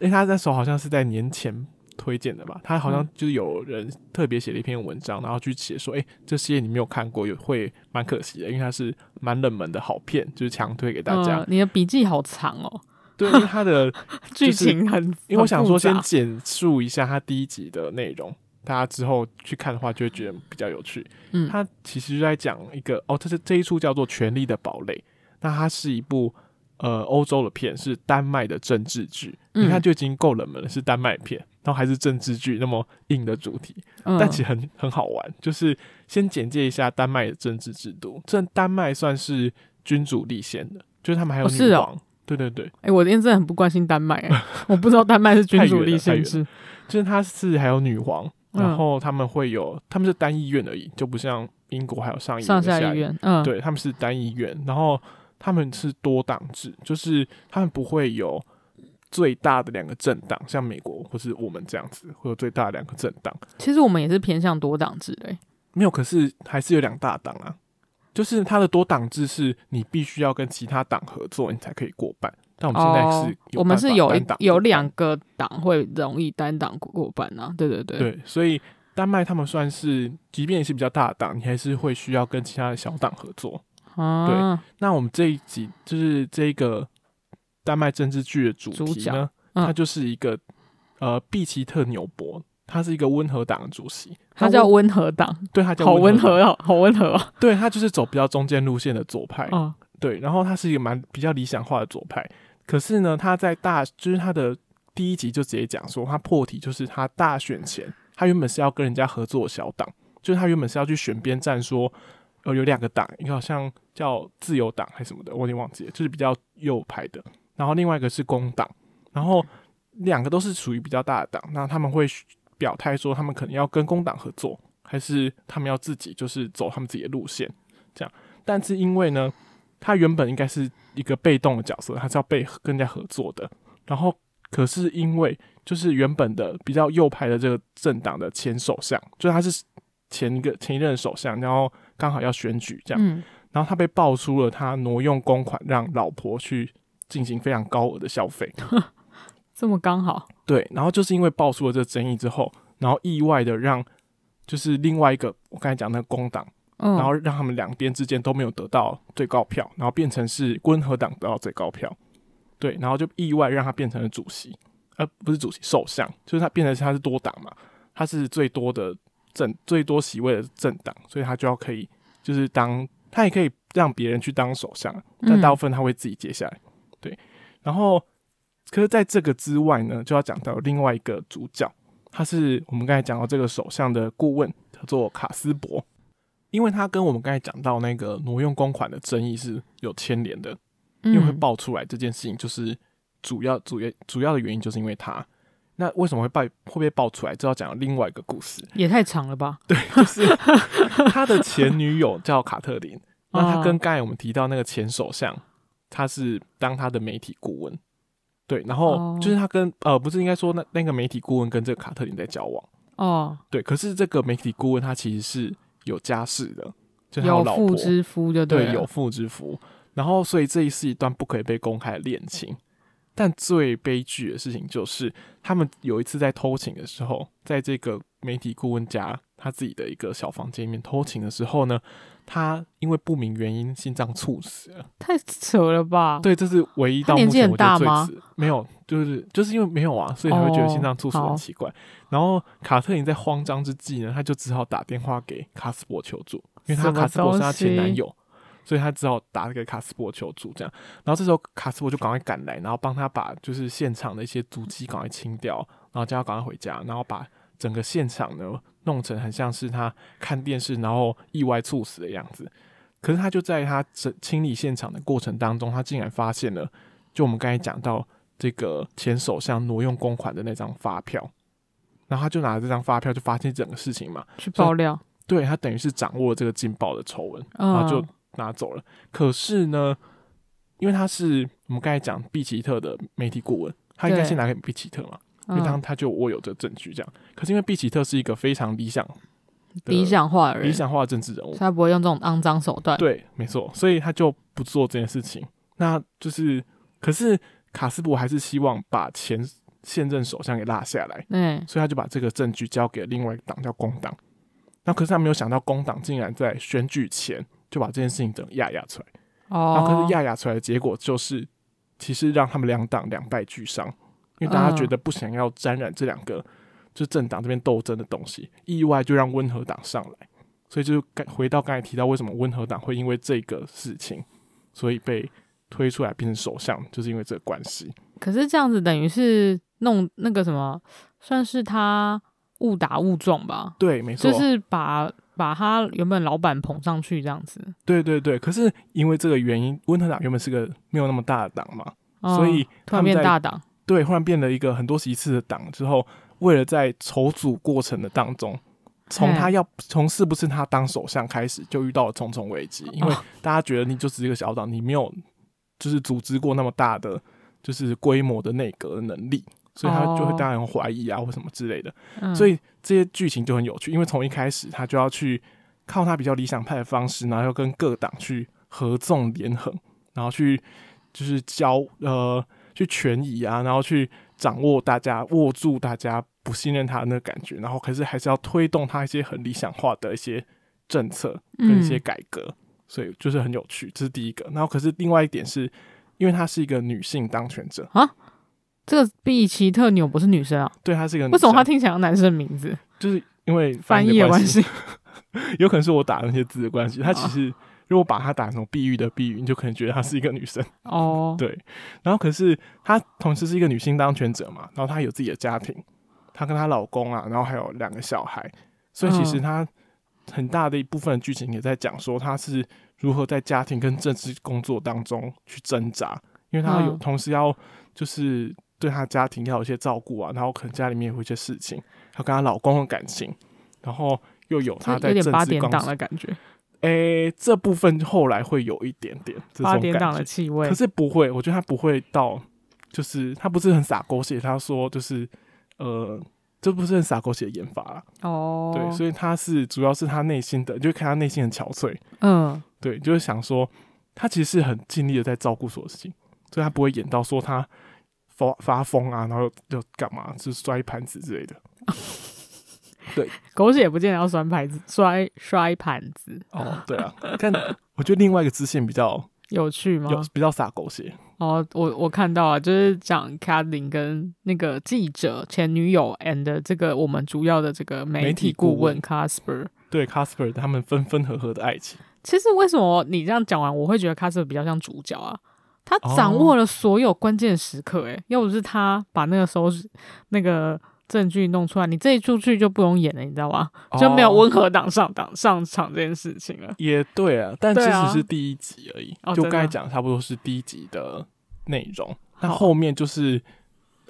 因为他那时候好像是在年前推荐的吧，他好像
嗯
就是有人特别写了一篇文章，然后去写说，哎、这些你没有看过，有会蛮可惜的，因为它是蛮冷门的好片，就是强推给大家。
嗯你的笔记好长哦，
对，因为它的，就
剧
是
情很，
因为我想说先
很复杂
简述一下它第一集的内容。大家之后去看的话，就会觉得比较有趣。
嗯
它其实就在讲一个哦，这是这一出叫做《权力的堡垒》，那它是一部呃欧洲的片，是丹麦的政治剧。你看
嗯
就已经够冷门了，是丹麦片，然后还是政治剧那么硬的主题，
嗯
但其实很很好玩。就是先简介一下丹麦的政治制度，这丹麦算是君主立宪的，就是他们还有
哦是
女
哦
王。对对对，
哎、我今天真的很不关心
(laughs)
丹麦、哎我不知道丹麦是君主立
太
宪
远了太
制。
就是他是还有女王，
嗯
然后他们会有，他们是单议院而已，就不像英国还有上议院
上
跟下
下议，院，嗯，
对，他们是单议院，然后他们是多党制，就是他们不会有最大的两个政党，像美国或是我们这样子会有最大的两个政党，
其实我们也是偏向多党制的、哎
没有，可是还是有两大党啊。就是它的多党制是你必须要跟其他党合作，你才可以过半。但我们现在
哦
是、，
我们是有一
党
有
过半
两个党会容易单党过半啊，对对对，
对，所以丹麦他们算是，即便你是比较大的党，你还是会需要跟其他的小党合作。
啊，
那我们这一集就是这个丹麦政治剧的主
主
题
角
呢，
嗯
它就是一个呃毕奇特纽伯，他是一个温和党的主席，
他叫温和党，
对他叫
好温
温
和
党，哎
哦，好温和哦，
对他就是走比较中间路线的左派，
哦，
对，然后他是一个蛮比较理想化的左派，可是呢，他在大就是他的第一集就直接讲说，他破题就是他大选前，他原本是要跟人家合作的小党，就是他原本是要去选边站说，呃，有两个党，一个好像叫自由党还是什么的，我有点忘记了，就是比较右派的，然后另外一个是工党，然后两个都是属于比较大的党，那他们会表态说他们可能要跟工党合作，还是他们要自己就是走他们自己的路线这样，但是因为呢。他原本应该是一个被动的角色，他是要被跟人家合作的。然后，可是因为就是原本的比较右派的这个政党的前首相，就是他是前一个前一任首相，然后刚好要选举这样，
嗯，
然后他被爆出了他挪用公款让老婆去进行非常高额的消费，
这么刚好，
对，然后就是因为爆出了这个争议之后，然后意外的让就是另外一个我刚才讲那个工党。
嗯，
然后让他们两边之间都没有得到最高票，然后变成是温和党得到最高票，对，然后就意外让他变成了主席，呃，不是主席，首相，就是他变成是他是多党嘛，他是最多的政最多席位的政党，所以他就要可以就是当他也可以让别人去当首相，但
嗯
大部分他会自己接下来，对，然后可是在这个之外呢，就要讲到另外一个主角，他是我们刚才讲到这个首相的顾问，叫做卡斯伯。因为他跟我们刚才讲到那个挪用公款的争议是有牵连的，因为会
嗯
爆出来这件事情，就是主要主要主要的原因就是因为他。那为什么会爆会被爆出来？这要讲另外一个故事，
也太长了吧？
(laughs) 对，就是他的前女友叫卡特
(laughs)
琳，那他跟
哦
刚才我们提到那个前首相，他是当他的媒体顾问，对，然后
哦
就是他跟呃不是应该说那那个媒体顾问跟这个卡特琳在交往。
哦，
对，可是这个媒体顾问他其实是有家室的，就他
有
老
妇
婆，
之夫就
对，
了
有妇之夫。然后，所以这一是一段不可以被公开的恋情。但最悲剧的事情就是，他们有一次在偷情的时候，在这个媒体顾问家，他自己的一个小房间里面偷情的时候呢，他因为不明原因心脏猝死了。
太扯了吧？
对，这是唯一
哦他
到
年
目
纪
前
很
我觉
大
得最
吗
值没有，就是就是因为没有啊，所以才会觉得心
哦
脏猝死
好
很奇怪。然后卡特琳在慌张之际呢，她就只好打电话给卡斯伯求助，因为她
什么
卡斯伯是她
东
前男
西
友，所以她只好打给卡斯伯求助这样。然后这时候卡斯伯就赶快赶来，然后帮他把就是现场的一些足迹赶快清掉，然后叫他赶快回家，然后把整个现场呢弄成很像是他看电视然后意外猝死的样子。可是他就在他整清理现场的过程当中，他竟然发现了，就我们刚才讲到这个前首相挪用公款的那张发票，然后他就拿着这张发票就发现整个事情嘛，
去爆料，
对他等于是掌握了这个劲爆的丑闻，然后
嗯，
就拿走了。可是呢，因为他是我们刚才讲毕奇特的媒体顾问，他应该
对
先拿给毕奇特嘛，因为
嗯
当他就握有这证据这样。可是因为毕奇特是一个非常理想的
理想化的人，
理想化的政治人物
所以，他不会用这种肮脏手段。
对，没错，所以他就不做这件事情。那就是，可是卡斯伯还是希望把前现任首相给拉下来，
嗯，
所以他就把这个证据交给了另外一个党叫工党。那可是他没有想到，工党竟然在选举前就把这件事情整个压压出来。那
哦，
可是压压出来的结果就是，其实让他们两党两败俱伤，因为大家
嗯
觉得不想要沾染这两个、就政党这边斗争的东西，意外就让温和党上来，所以就刚回到刚才提到为什么温和党会因为这个事情，所以被推出来变成首相，就是因为这个关系。
可是这样子等于是弄那个什么，算是他误打误撞吧，
对，没错，
就是把把他原本老板捧上去这样子。
对对对。可是因为这个原因，温和党原本是个没有那么大的党嘛，
嗯
所以
突
他
然
们
变
在
大党，
对，忽然变了一个很多席次的党之后，为了在筹组过程的当中，从
嘿
他要从是不是他当首相开始，就遇到了重重危机，因为
哦
大家觉得你就只是一个小党，你没有就是组织过那么大的就是规模的内阁的能力，所以他就会
哦
当然怀疑啊或什么之类的。
嗯、
所以这些剧情就很有趣，因为从一开始他就要去靠他比较理想派的方式，然后要跟各党去合纵连横，然后去就是交呃去权宜啊，然后去掌握大家握住大家不信任他的那个感觉，然后可是还是要推动他一些很理想化的一些政策跟一些
嗯
改革，所以就是很有趣，这是第一个。然后可是另外一点是，因为她是一个女性当权者，
这个毕奇特纽不是女生啊？
对她是一个女
为什么
生
她听起来像男生的名字？
就是因为
翻译
的
的关系，
(laughs) 有可能是我打的那些字的关系。他
啊
其实如果把它打成碧玉的碧玉，你就可能觉得她是一个女生。
哦，
对，然后可是她同时是一个女性当权者嘛，然后她有自己的家庭，她跟她老公啊，然后还有两个小孩，所以其实
嗯
她很大的一部分的剧情也在讲说她是如何在家庭跟政治工作当中去挣扎，因为她有
嗯
同时要就是对她家庭要有一些照顾啊，然后可能家里面有一些事情，还有跟她老公的感情，然后又有她
这
在
有
政
点八
治
点
工
档
作
的感觉，
诶、这部分后来会有一点点这
八
种
点
感
档的
觉，
气味
可。是不会，我觉得他不会到，就是他不是很洒狗血，他说就是呃，这不是很洒狗血的演法啦，
哦，
对，所以他是主要是他内心的，你就会看他内心很憔悴，
嗯，
对，就是想说他其实是很尽力的在照顾所有事情，所以他不会演到说他发发疯啊，然后又干嘛，就是摔盘子之类的，
狗血不见得要摔牌子，摔摔盘子，
哦，对啊，但我觉得另外一个支线比较
有趣吗？
有比较洒狗血，
哦，我我看到啊，就是讲 c a t h l e n 跟那个记者前女友 and 这个我们主要的这个媒
媒体
体
顾
顾问
问
Casper。
对 Casper 他们分分合合的爱情。
其实为什么你这样讲完，我会觉得 Casper 比较像主角啊？他
哦
掌握了所有关键时刻、欸，要不是他把那个收拾那个证据弄出来，你这一出去就不用演了，你知道吗？就没有
问
温和党上党上场这件事情了。
哦也对啊，但这
对啊
只是第一集而已，
哦
就
真的
刚才讲差不多是第一集的内容。那后面就是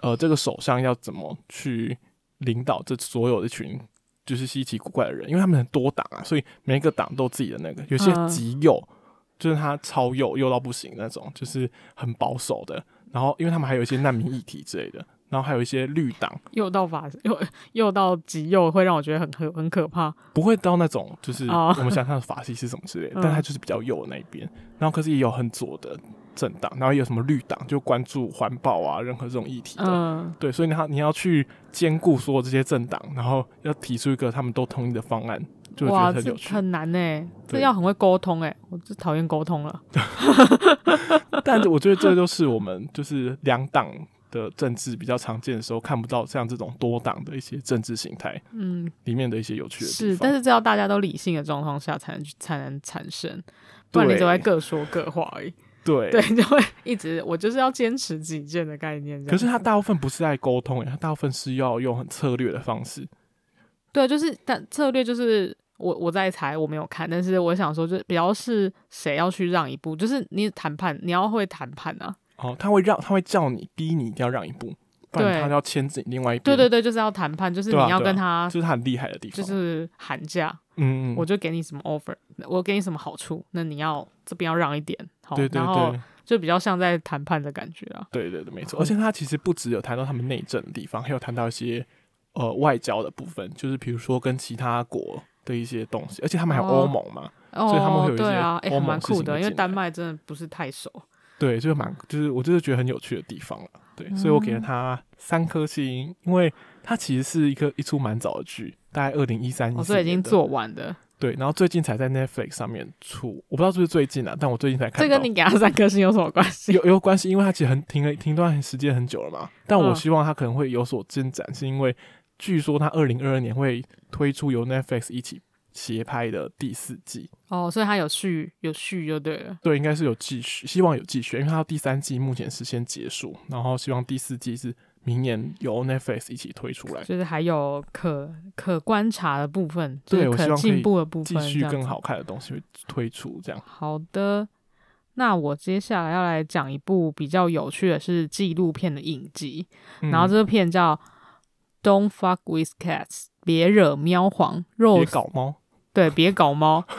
呃，这个首相要怎么去领导这所有的群就是稀奇古怪的人，因为他们很多党啊，所以每一个党都有自己的那个，有些
嗯
极右。就是他超右，右到不行那种，就是很保守的。然后，因为他们还有一些难民议题之类的，然然后还有一些绿档，
又到法又又到极右，会让我觉得很可很可怕。
不会到那种就是
哦
我们想象的法系是什么之类的，
(laughs) 嗯
但它就是比较右的那一边。然后可是也有很左的政党，然后也有什么绿党，就关注环保啊，任何这种议题的。
嗯
对，所以你要你要去兼顾所有这些政党，然后要提出一个他们都同意的方案，就会觉
哇，
得很
这
有趣。
很难呢、这
对
要很会沟通哎、我最讨厌沟通了。
但我觉得这就是我们就是两党的政治比较常见的时候看不到像这种多党的一些政治形态
嗯，
里面的一些有趣的地
是，
方。
但是这要大家都理性的状况下才能去才能产生，不然你
对
只会各说各话而已。
对
对， (laughs) 就会一直我就是要坚持己见的概念这样。
可是他大部分不是在沟通，他大部分是要用很策略的方式。
对，就是但策略就是我我在猜，我没有看，但是我想说，就比较是谁要去让一步，就是你谈判，你要会谈判啊。
哦，他会让他会叫你逼你一定要让一步，不
对
然他就要牵制你另外一
对
边。
对对，就是要谈判，就是你
对啊
要
对啊
跟他
这是他很厉害的地方。
就是喊价，
嗯，嗯
我就给你什么 offer，我给你什么好处，那你要这边要让一点，好，
对对
然后
对
就比较像在谈判的感觉啊。
对对对，没错。而且他其实不只有谈到他们内政的地方，还有谈到一些呃外交的部分，就是比如说跟其他国的一些东西，而且他们还有
哦
欧盟嘛，以他们会
哦
有，一
对
些
啊，哎、
欧
还
盟
蛮
事情
酷的，
会
因为
进
丹
来
麦真的不是太熟。
对，就是蛮就是我就是觉得很有趣的地方了。对，所以我给
嗯
了他三颗星，因为它其实是一个一出蛮早的剧，大概二零一三
我、
一
哦、
四
所以已经
年的
做完的，
对，然后最近才在 Netflix 上面出，我不知道是不是最近啊，但我最近才看
这
到。
跟你给他三颗星有什么关系？
有有关系，因为它其实很停了停段时间很久了嘛。但我
嗯
希望它可能会有所进展，是因为据说它二零二二年会推出由 Netflix 一起协拍的第四季，
哦，所以他有续有续就对了。
对，应该是有继续，希望有继续，因为它第三季目前是先结束，然后希望第四季是明年由 Netflix 一起推出来，
就是还有可可观察的部分，就
对
是
我希
可
望可
进
以
步的部
继
分，
续
这样
更
子
好看的东西会推出，这样。
好的，那我接下来要来讲一部比较有趣的是纪录片的影集，
嗯
然后这个片叫《Don't Fuck with Cats》，别惹喵皇
别
Rose，
搞猫，
对，别搞猫。 (laughs)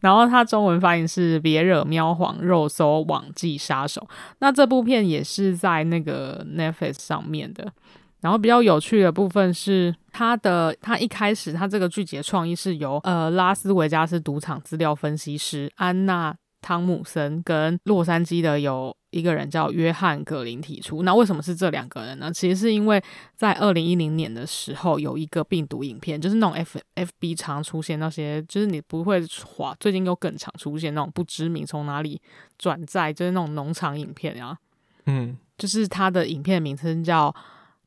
然后它中文翻译是“别惹喵皇肉搜网际杀手”。那这部片也是在那个 Netflix 上面的。然后比较有趣的部分是它的，它一开始它这个剧集的创意是由呃拉斯维加斯赌场资料分析师安娜。汤姆森跟洛杉矶的有一个人叫约翰格林提出，那为什么是这两个人呢？其实是因为在二零一零年的时候，有一个病毒影片，就是那种 F F B 常出现那些，就是你不会滑，最近又更常出现那种不知名从哪里转载，就是那种农场影片啊。
嗯，
就是它的影片名称叫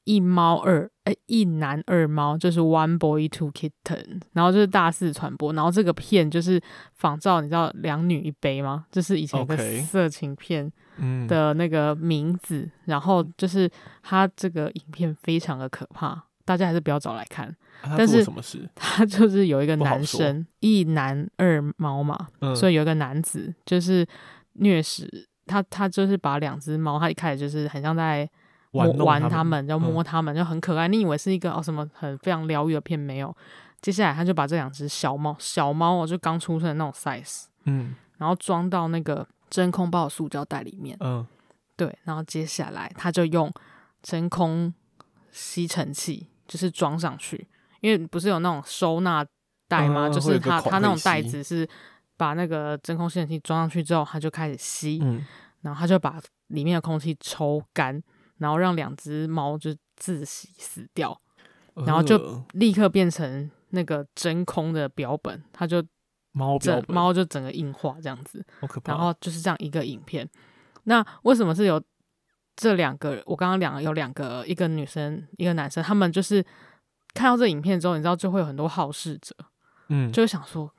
一猫二，哎、一男二猫，就是 One Boy Two Kitten，然后就是大肆传播，然后这个片就是仿照你知道两女一杯吗？就是以前有个
OK
色情片
嗯，
的那个名字，然后就是它这个影片非常的可怕，大家还是不要找来看。 (laughs)
啊他
但
做
是
了什么事？
他就是有一个
不好
男
说
生，一男二猫嘛，
嗯，
所
以
以有一个男子就是虐食他，他就是把两只猫，他一开始就是很像在摸
玩弄
玩
他
它们，就
嗯
摸它们，就很可爱。你以为是一个哦什么很非常疗愈的片，没有。接下来他就把这两只小猫，小猫哦，就刚出生的那种 size，
嗯
然后装到那个真空包的塑胶袋里面，
嗯，
对，然后接下来他就用真空吸尘器，就是装上去，因为不是有那种收纳袋吗？
嗯
就
会
是
有个
他
孔
他那
可以
种袋
吸
子是把那个真空吸尘器装上去之后，他就开始吸，
嗯
然后他就把里面的空气抽干，然后让两只猫就窒息死掉，
嗯，
然后就
呃
立刻变成那个真空的标本，它就
猫标
整
本，
猫就整个硬化这样子。
好可怕，
然后就是这样一个影片。那为什么是有这两个？我刚刚两个有两个，一个女生，一个男生，他们就是看到这影片之后，你知道就会有很多好事者，
嗯
就会想说。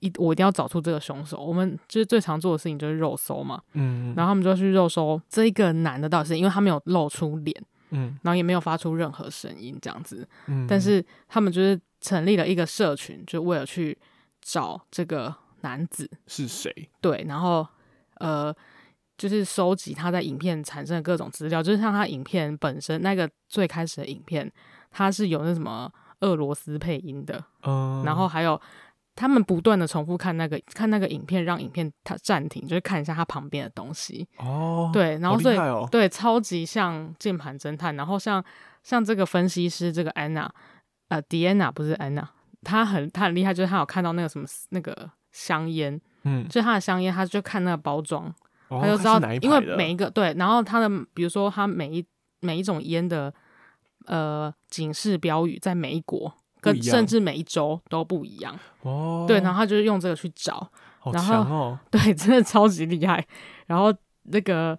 一我一定要找出这个凶手。我们就是最常做的事情就是肉搜嘛，
嗯，
然后他们就去肉搜这一个男的到底是因为他没有露出脸，
嗯
然后也没有发出任何声音这样子，
嗯，
但是他们就是成立了一个社群，就为了去找这个男子。
是谁？
对，然后呃，就是收集他在影片产生的各种资料，就是像他影片本身那个最开始的影片，它是有那什么俄罗斯配音的，
嗯，
然后还有他们不断的重复看那个看那个影片，让影片它暂停，就是看一下它旁边的东西。
哦，
对，然后
好
所
厉
以、
害哦，
对超级像键盘侦探，然后像像这个分析师这个安娜，呃，迪安娜不是安娜，她很她很厉害，就是她有看到那个什么那个香烟，
嗯，
就是她的香烟，她就看那个包装，
哦
他就
它
知
是
道
哪一，
因为
排的
每一个对，然后他的比如说他每一每一种烟的呃警示标语，在每一国
不
跟
一样
甚至每一州都不一样，
哦，
对，然后他就是用这个去找， (laughs)
好
然后
强哦，
对，真的超级厉害。然后那个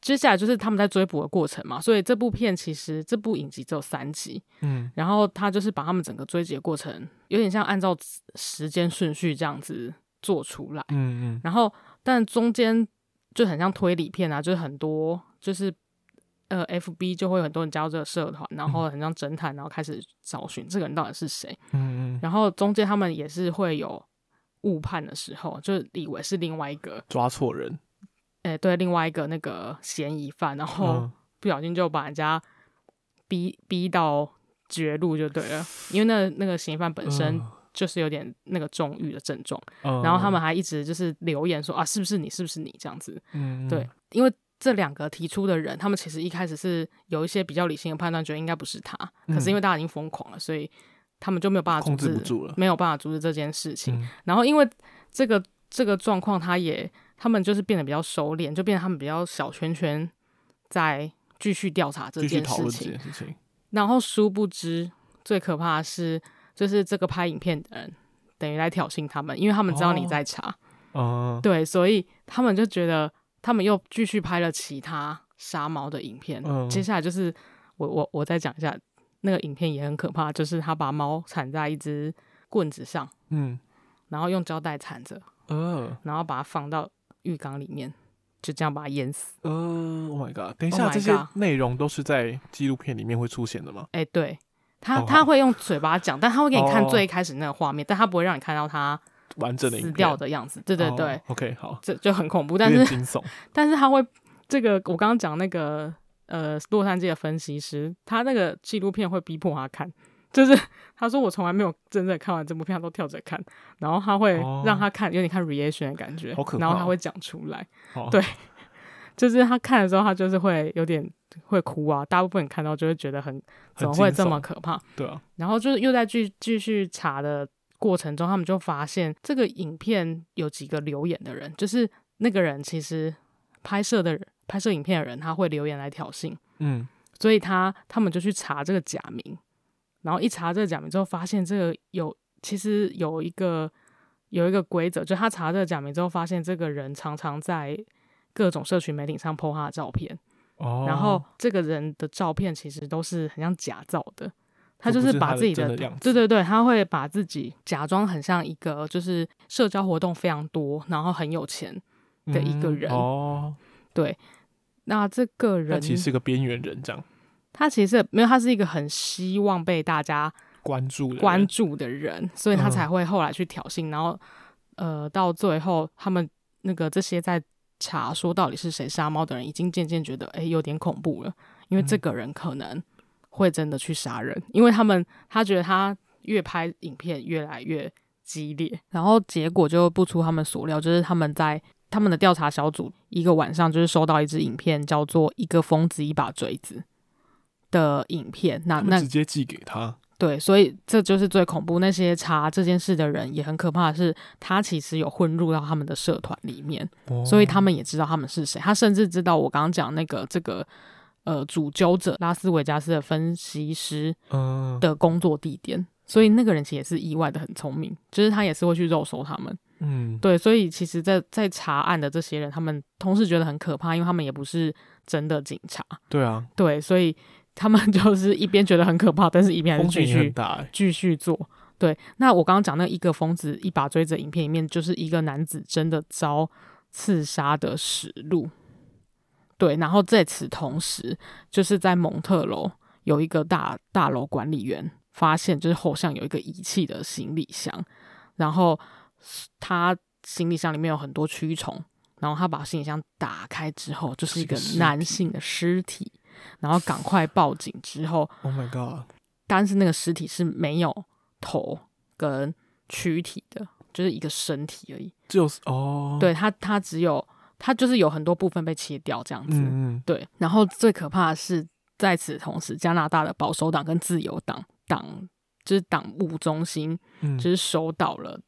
接下来就是他们在追捕的过程嘛，所以这部片其实这部影集只有三集，
嗯，
然后他就是把他们整个追击的过程，有点像按照时间顺序这样子做出来。
嗯嗯，
然后但中间就很像推理片啊，就是很多就是呃，FB 就会有很多人加入这个社团，然
嗯
后很像侦探，然后开始找寻这个人到底是谁。
嗯嗯，
然后中间他们也是会有误判的时候，就以为是另外一个，
抓错人，
诶、对，另外一个那个嫌疑犯，然后
嗯，
不小心就把人家逼逼到绝路就对了，因为那那个嫌疑犯本身
嗯
就是有点那个重欲的症状。
嗯
然后他们，还一直就是留言说啊，是不是你，是不是你这样子？
嗯，嗯
对，，因为这两个提出的人，他们其实一开始是有一些比较理性的判断，觉得应该不是他，可是因为大家已经疯狂了，所以他们就没有办
嗯
法
控
阻
制
止，
不住了
没有办法阻止这件事情。
嗯
然后因为这个这个状况，他也他们就是变得比较收敛，就变得他们比较小圈圈在继续调查这
继续
件
讨
事
论这
情。
件事情，
然后殊不知，最可怕的是，就是这个拍影片的人等于来挑衅他们，因为他们知道你
哦
在查，
嗯，
对，所以他们就觉得他们又继续拍了其他杀猫的影片。
嗯
接下来就是我我我再讲一下那个影片也很可怕，就是他把猫缠在一只棍子上，
嗯，
然后用胶带缠着，
呃
然后把它放到浴缸里面，就这样把它淹死。
呃，Oh my god，等一
Oh
下，
my
这些
god
内容都是在纪录片里面会出现的吗？
哎、对。他
哦
他会用嘴巴讲，但他会给你看
哦
最一开始那个画面，但他不会让你看到他
完整的影
撕
片
掉，的样子。对对对，
哦，OK，好，
这就很恐怖。
有
但是
点惊悚，
但是他会这个，我刚刚讲那个呃，洛杉矶的分析师，他那个纪录片会逼迫他看，就是他说我从来没有真正看完这部片，他都跳着看，然后他会
哦
让他看，有点看 reaction 的感觉，
好可怕哦
然后他会讲出来，
好，
对就是他看的时候，他就是会有点会哭啊，大部分人看到就会觉得很
很
怎么会
惊
这么
悚
可怕，
对啊，
然后就是又在继继续查的过程中，他们就发现这个影片有几个留言的人，就是那个人其实拍摄的人，拍摄影片的人，他会留言来挑衅，
嗯，
所以他他们就去查这个假名，然后一查这个假名之后，发现这个有其实有一个有一个规则，就他查这个假名之后，发现这个人常常在各种社群媒体上 po 他的照片，
哦，
(laughs) 然后这个人的照片其实都是很像假造的，他
就
就
不是
把
他的
自己
真的样子
对对对，他会把自己假装很像一个就是社交活动非常多，然后很有钱。的一个
嗯
人
哦，
对，那这个
他
人
其实是个边缘人，这样
他其实没有，他是一个很希望被大家
关注的人
关注的人，所以他
嗯
才会后来去挑衅，然后呃，到最后他们那个这些在查说到底是谁杀猫的人，已经渐渐觉得诶有点恐怖了，因为这
嗯
个人可能会真的去杀人，因为他们他觉得他越拍影片越来越激烈，然后结果就不出他们所料，就是他们在。他们的调查小组一个晚上就是收到一支影片，叫做《一个疯子一把锥子》的影片。那
他
那
们直接寄给他，
对，所以这就是最恐怖。那些查这件事的人也很可怕的是，他其实有混入到他们的社团里面，
哦
所以他们也知道他们是谁。他甚至知道我刚刚讲那个这个呃主纠者拉斯维加斯的分析师
嗯
的工作地点，所以那个人其实也是意外的很聪明，就是他也是会去肉搜他们。
嗯
对，所以其实在，在查案的这些人，他们同时觉得很可怕，因为他们也不是真的警察。
对啊，
对，所以他们 (laughs) 就是一边觉得很可怕，但是一边还是
风险
继
也
续
很大哎，
继续做。对，那我刚刚讲那一个疯子一把追着影片里面，就是一个男子真的遭刺杀的实录。对，然后在此同时，就是在蒙特楼有一个大大楼管理员发现，就是后巷有一个遗弃的行李箱，然后他行李箱里面有很多蛆虫，然后他把行李箱打开之后，就是一个
是一个尸体
男性的尸体，然后赶快报警之后，
，Oh my god，
但是那个尸体是没有头跟躯体的，就是一个身体而已。
就是哦，，
对它，它只有它就是有很多部分被切掉这样子。
嗯嗯，
对，然后最可怕的是，在此同时，加拿大的保守党跟自由党党就是党务中心，
嗯，
就是收到了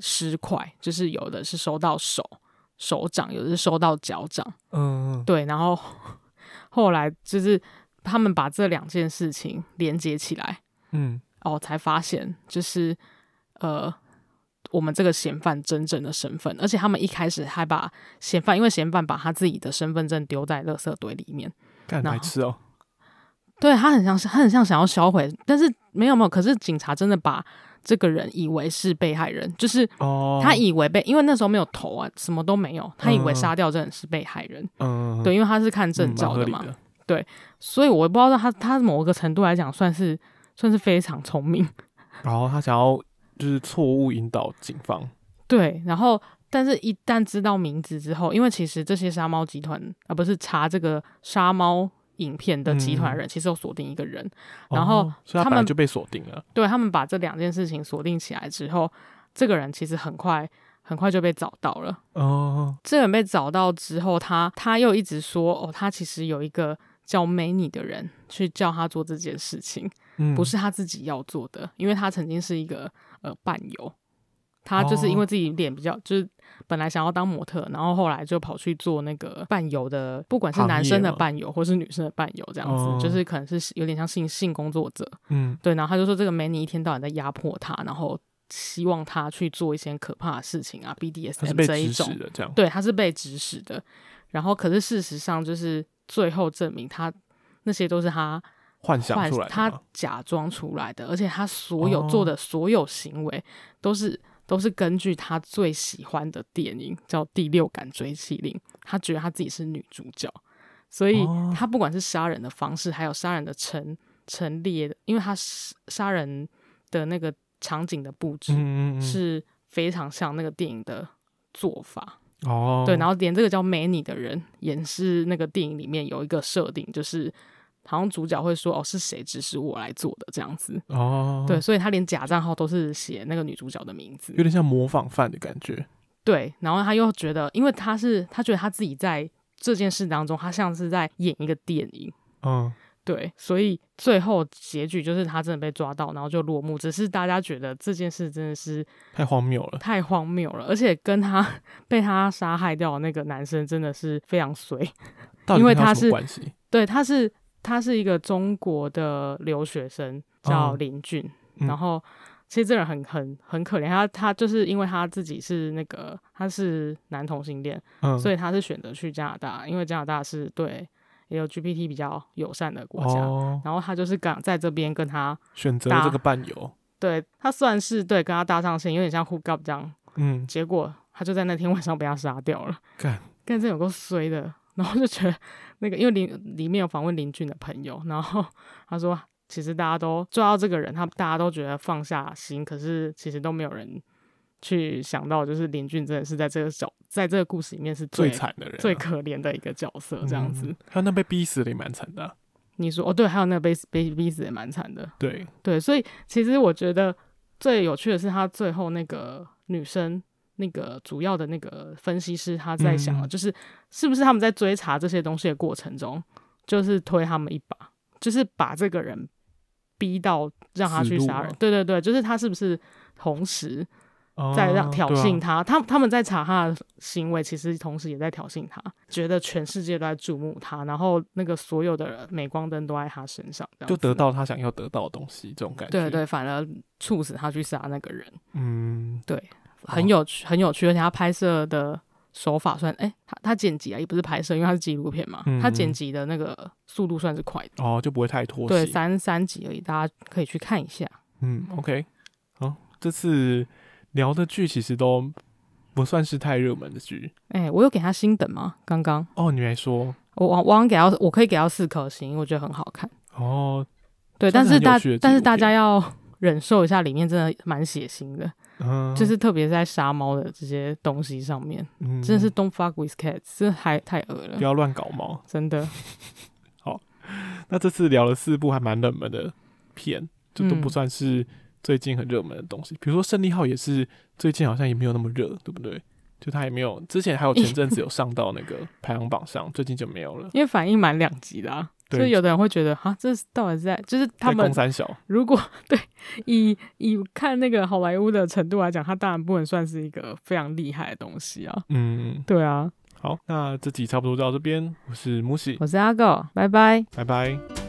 尸块，就是有的是收到手手掌，有的是收到脚掌。
嗯嗯，
对，然后 (laughs) 后来就是他们把这两件事情连接起来，
嗯，
哦，才发现就是呃，我们这个嫌犯真正的身份，而且他们一开始还把嫌犯，因为嫌犯把他自己的身份证丢在垃圾堆里面，
干
然
白
后
痴哦，
对他很像是他很像想要销毁，但是没有没有，可是警察真的把这个人以为是被害人，就是。
哦，
他以为被，因为那时候没有头啊，什么都没有，他以为
嗯
杀掉这人是被害人，
嗯，嗯，
对，因为他是看
嗯
证
蛮
照
合
的
理
嘛，
的，
所以我不知道他他某个程度来讲算是算是非常聪明，
然后他想要就是错误引导警方，
对。然后，但是一旦知道名字之后，因为其实这些杀猫集团啊，不是查这个杀猫影片的集团的人，其实有锁定一个人，然后
哦所以他
他
本来
们
就被锁定了，
对他们把这两件事情锁定起来之后，这个人其实很快很快就被找到了。
哦，
这个人被找到之后，他他又一直说哦，他其实有一个叫梅尼的人去叫他做这件事情。
嗯，
不是他自己要做的，因为他曾经是一个呃伴游，他就是因
哦
为自己脸比较，就是本来想要当模特，然后后来就跑去做那个伴游的，不管是
行
男
业
生的
嘛
伴游或是女生的伴游这样子，
哦
就是可能是有点像性性工作者，
嗯，
对，然后他就说这个美女一天到晚在压迫他，然后希望他去做一些可怕的事情啊
他是
，BDSM
被
这一
指
种
使，的这样，
对，他是被指使的，然后可是事实上就是最后证明他那些都是他
幻想
幻
出来的
他
嘛
假装出来的，而且他所有
哦
做的所有行为都是、都是根据他最喜欢的电影叫《第六感追妻令》，他觉得他自己是女主角，所以
哦
他不管是杀人的方式，还有杀人的陈陈列的，因为他杀杀人的那个场景的布置、
嗯嗯嗯，
是非常像那个电影的做法，
哦，
对，然
后
后连这个叫 Manny 的人，也是那个电影里面有一个设定，就是好像主角会说哦是谁指使我来做的这样子，
哦，
对，，所以他连假账号都是写那个女主角的名字
有，点像模仿犯的感觉，
对，然后他又觉得，因为他是他觉得他自己在这件事当中，他像是在演一个电影。
嗯，
对，所以最后结局就是他真的被抓到，然后就落幕。只是大家觉得这件事真的是
太荒谬了，
太荒谬了，而且跟他 (laughs) 被他杀害掉的那个男生真的是非常衰。
到底
因为
跟他有
他
什么
是
关系，
对，他是他是一个中国的留学生，叫林俊。
嗯
然后其实这个人很很很可怜，他他就是因为他自己是那个他是男同性恋，
嗯，
所
以
以他是选择去加拿大，因为加拿大是对也有 GPT 比较友善的国家。
哦，
然后他就是敢在这边跟他，
选择
搭
这个伴游，
对他算是对跟他搭上线，有点像 hook up 这样。
嗯，
结果他就在那天晚上被他杀掉了。
干，
干这有够衰的。然后就觉得那个，因为林里面有访问林俊的朋友，然后他说，其实大家都抓到这个人，他大家都觉得放下心，可是其实都没有人去想到，就是林俊真的是在这个角，在这个故事里面是最
最、惨的人啊，
最可怜的一个角色，这样子。
嗯还有那被逼死的也蛮惨的啊，
你说哦，对，还有那个被被逼死也蛮惨的，
对，
对，所以其实我觉得最有趣的是他最后那个女生。那个主要的那个分析师他在想了，
嗯
就是是不是他们在追查这些东西的过程中，就是推他们一把，就是把这个人逼到让他去
死路
杀人
了。
对对对，就是他是不是同时
哦
在让挑衅，
对啊
他？他他们在查他的行为，其实同时也在挑衅他，觉得全世界都在注目他，然后那个所有的镁光灯都在他身上，这样
就得
子
到他想要得到的东西，这种感觉，
对，对，反而促使他去杀那个人，
嗯，
很
哦
有趣，很有趣，而且他拍摄的手法算，哎、他他剪辑啊，也不是拍摄，因为他是纪录片嘛，他
嗯
剪
嗯
辑的那个速度算是快的，
哦，就不会太拖
对，
戏，
三三集而已，大家可以去看一下。
嗯，OK，好，这次聊的剧其实都不算是太热门的剧
哎、我有给他星等吗？刚刚
哦，你还说
我我我好像给到，我可以给到四颗星，我觉得很好看。
哦，
对，
算
但
是
是
很有
大
趣的纪
但是
录
大
片
家要忍受一下，里面真的蛮血腥的，
嗯，
(laughs) 就是特别是在杀猫的这些东西上面，
嗯
真的是 don't fuck with cats，这还太恶
不
了，
要乱搞毛。
真的。
那这次聊了四部还蛮冷门的片，就都
嗯
不算是最近很热门的东西，比如说胜利号也是最近好像也没有那么热，对不对？就它也没有，之前还有前阵子有上到那个排行榜上，最近就没有了。
因为反应蛮两极的、啊，
对
所以有的人会觉得啊，这是到底是在就是他
在
们
公三小，
如果对以以看那个好莱坞的程度来讲，它当然不能算是一个非常厉害的东西啊。
嗯，
对啊，
好，那这集差不多到这边，我是木喜，
我是阿狗，拜拜。
拜拜。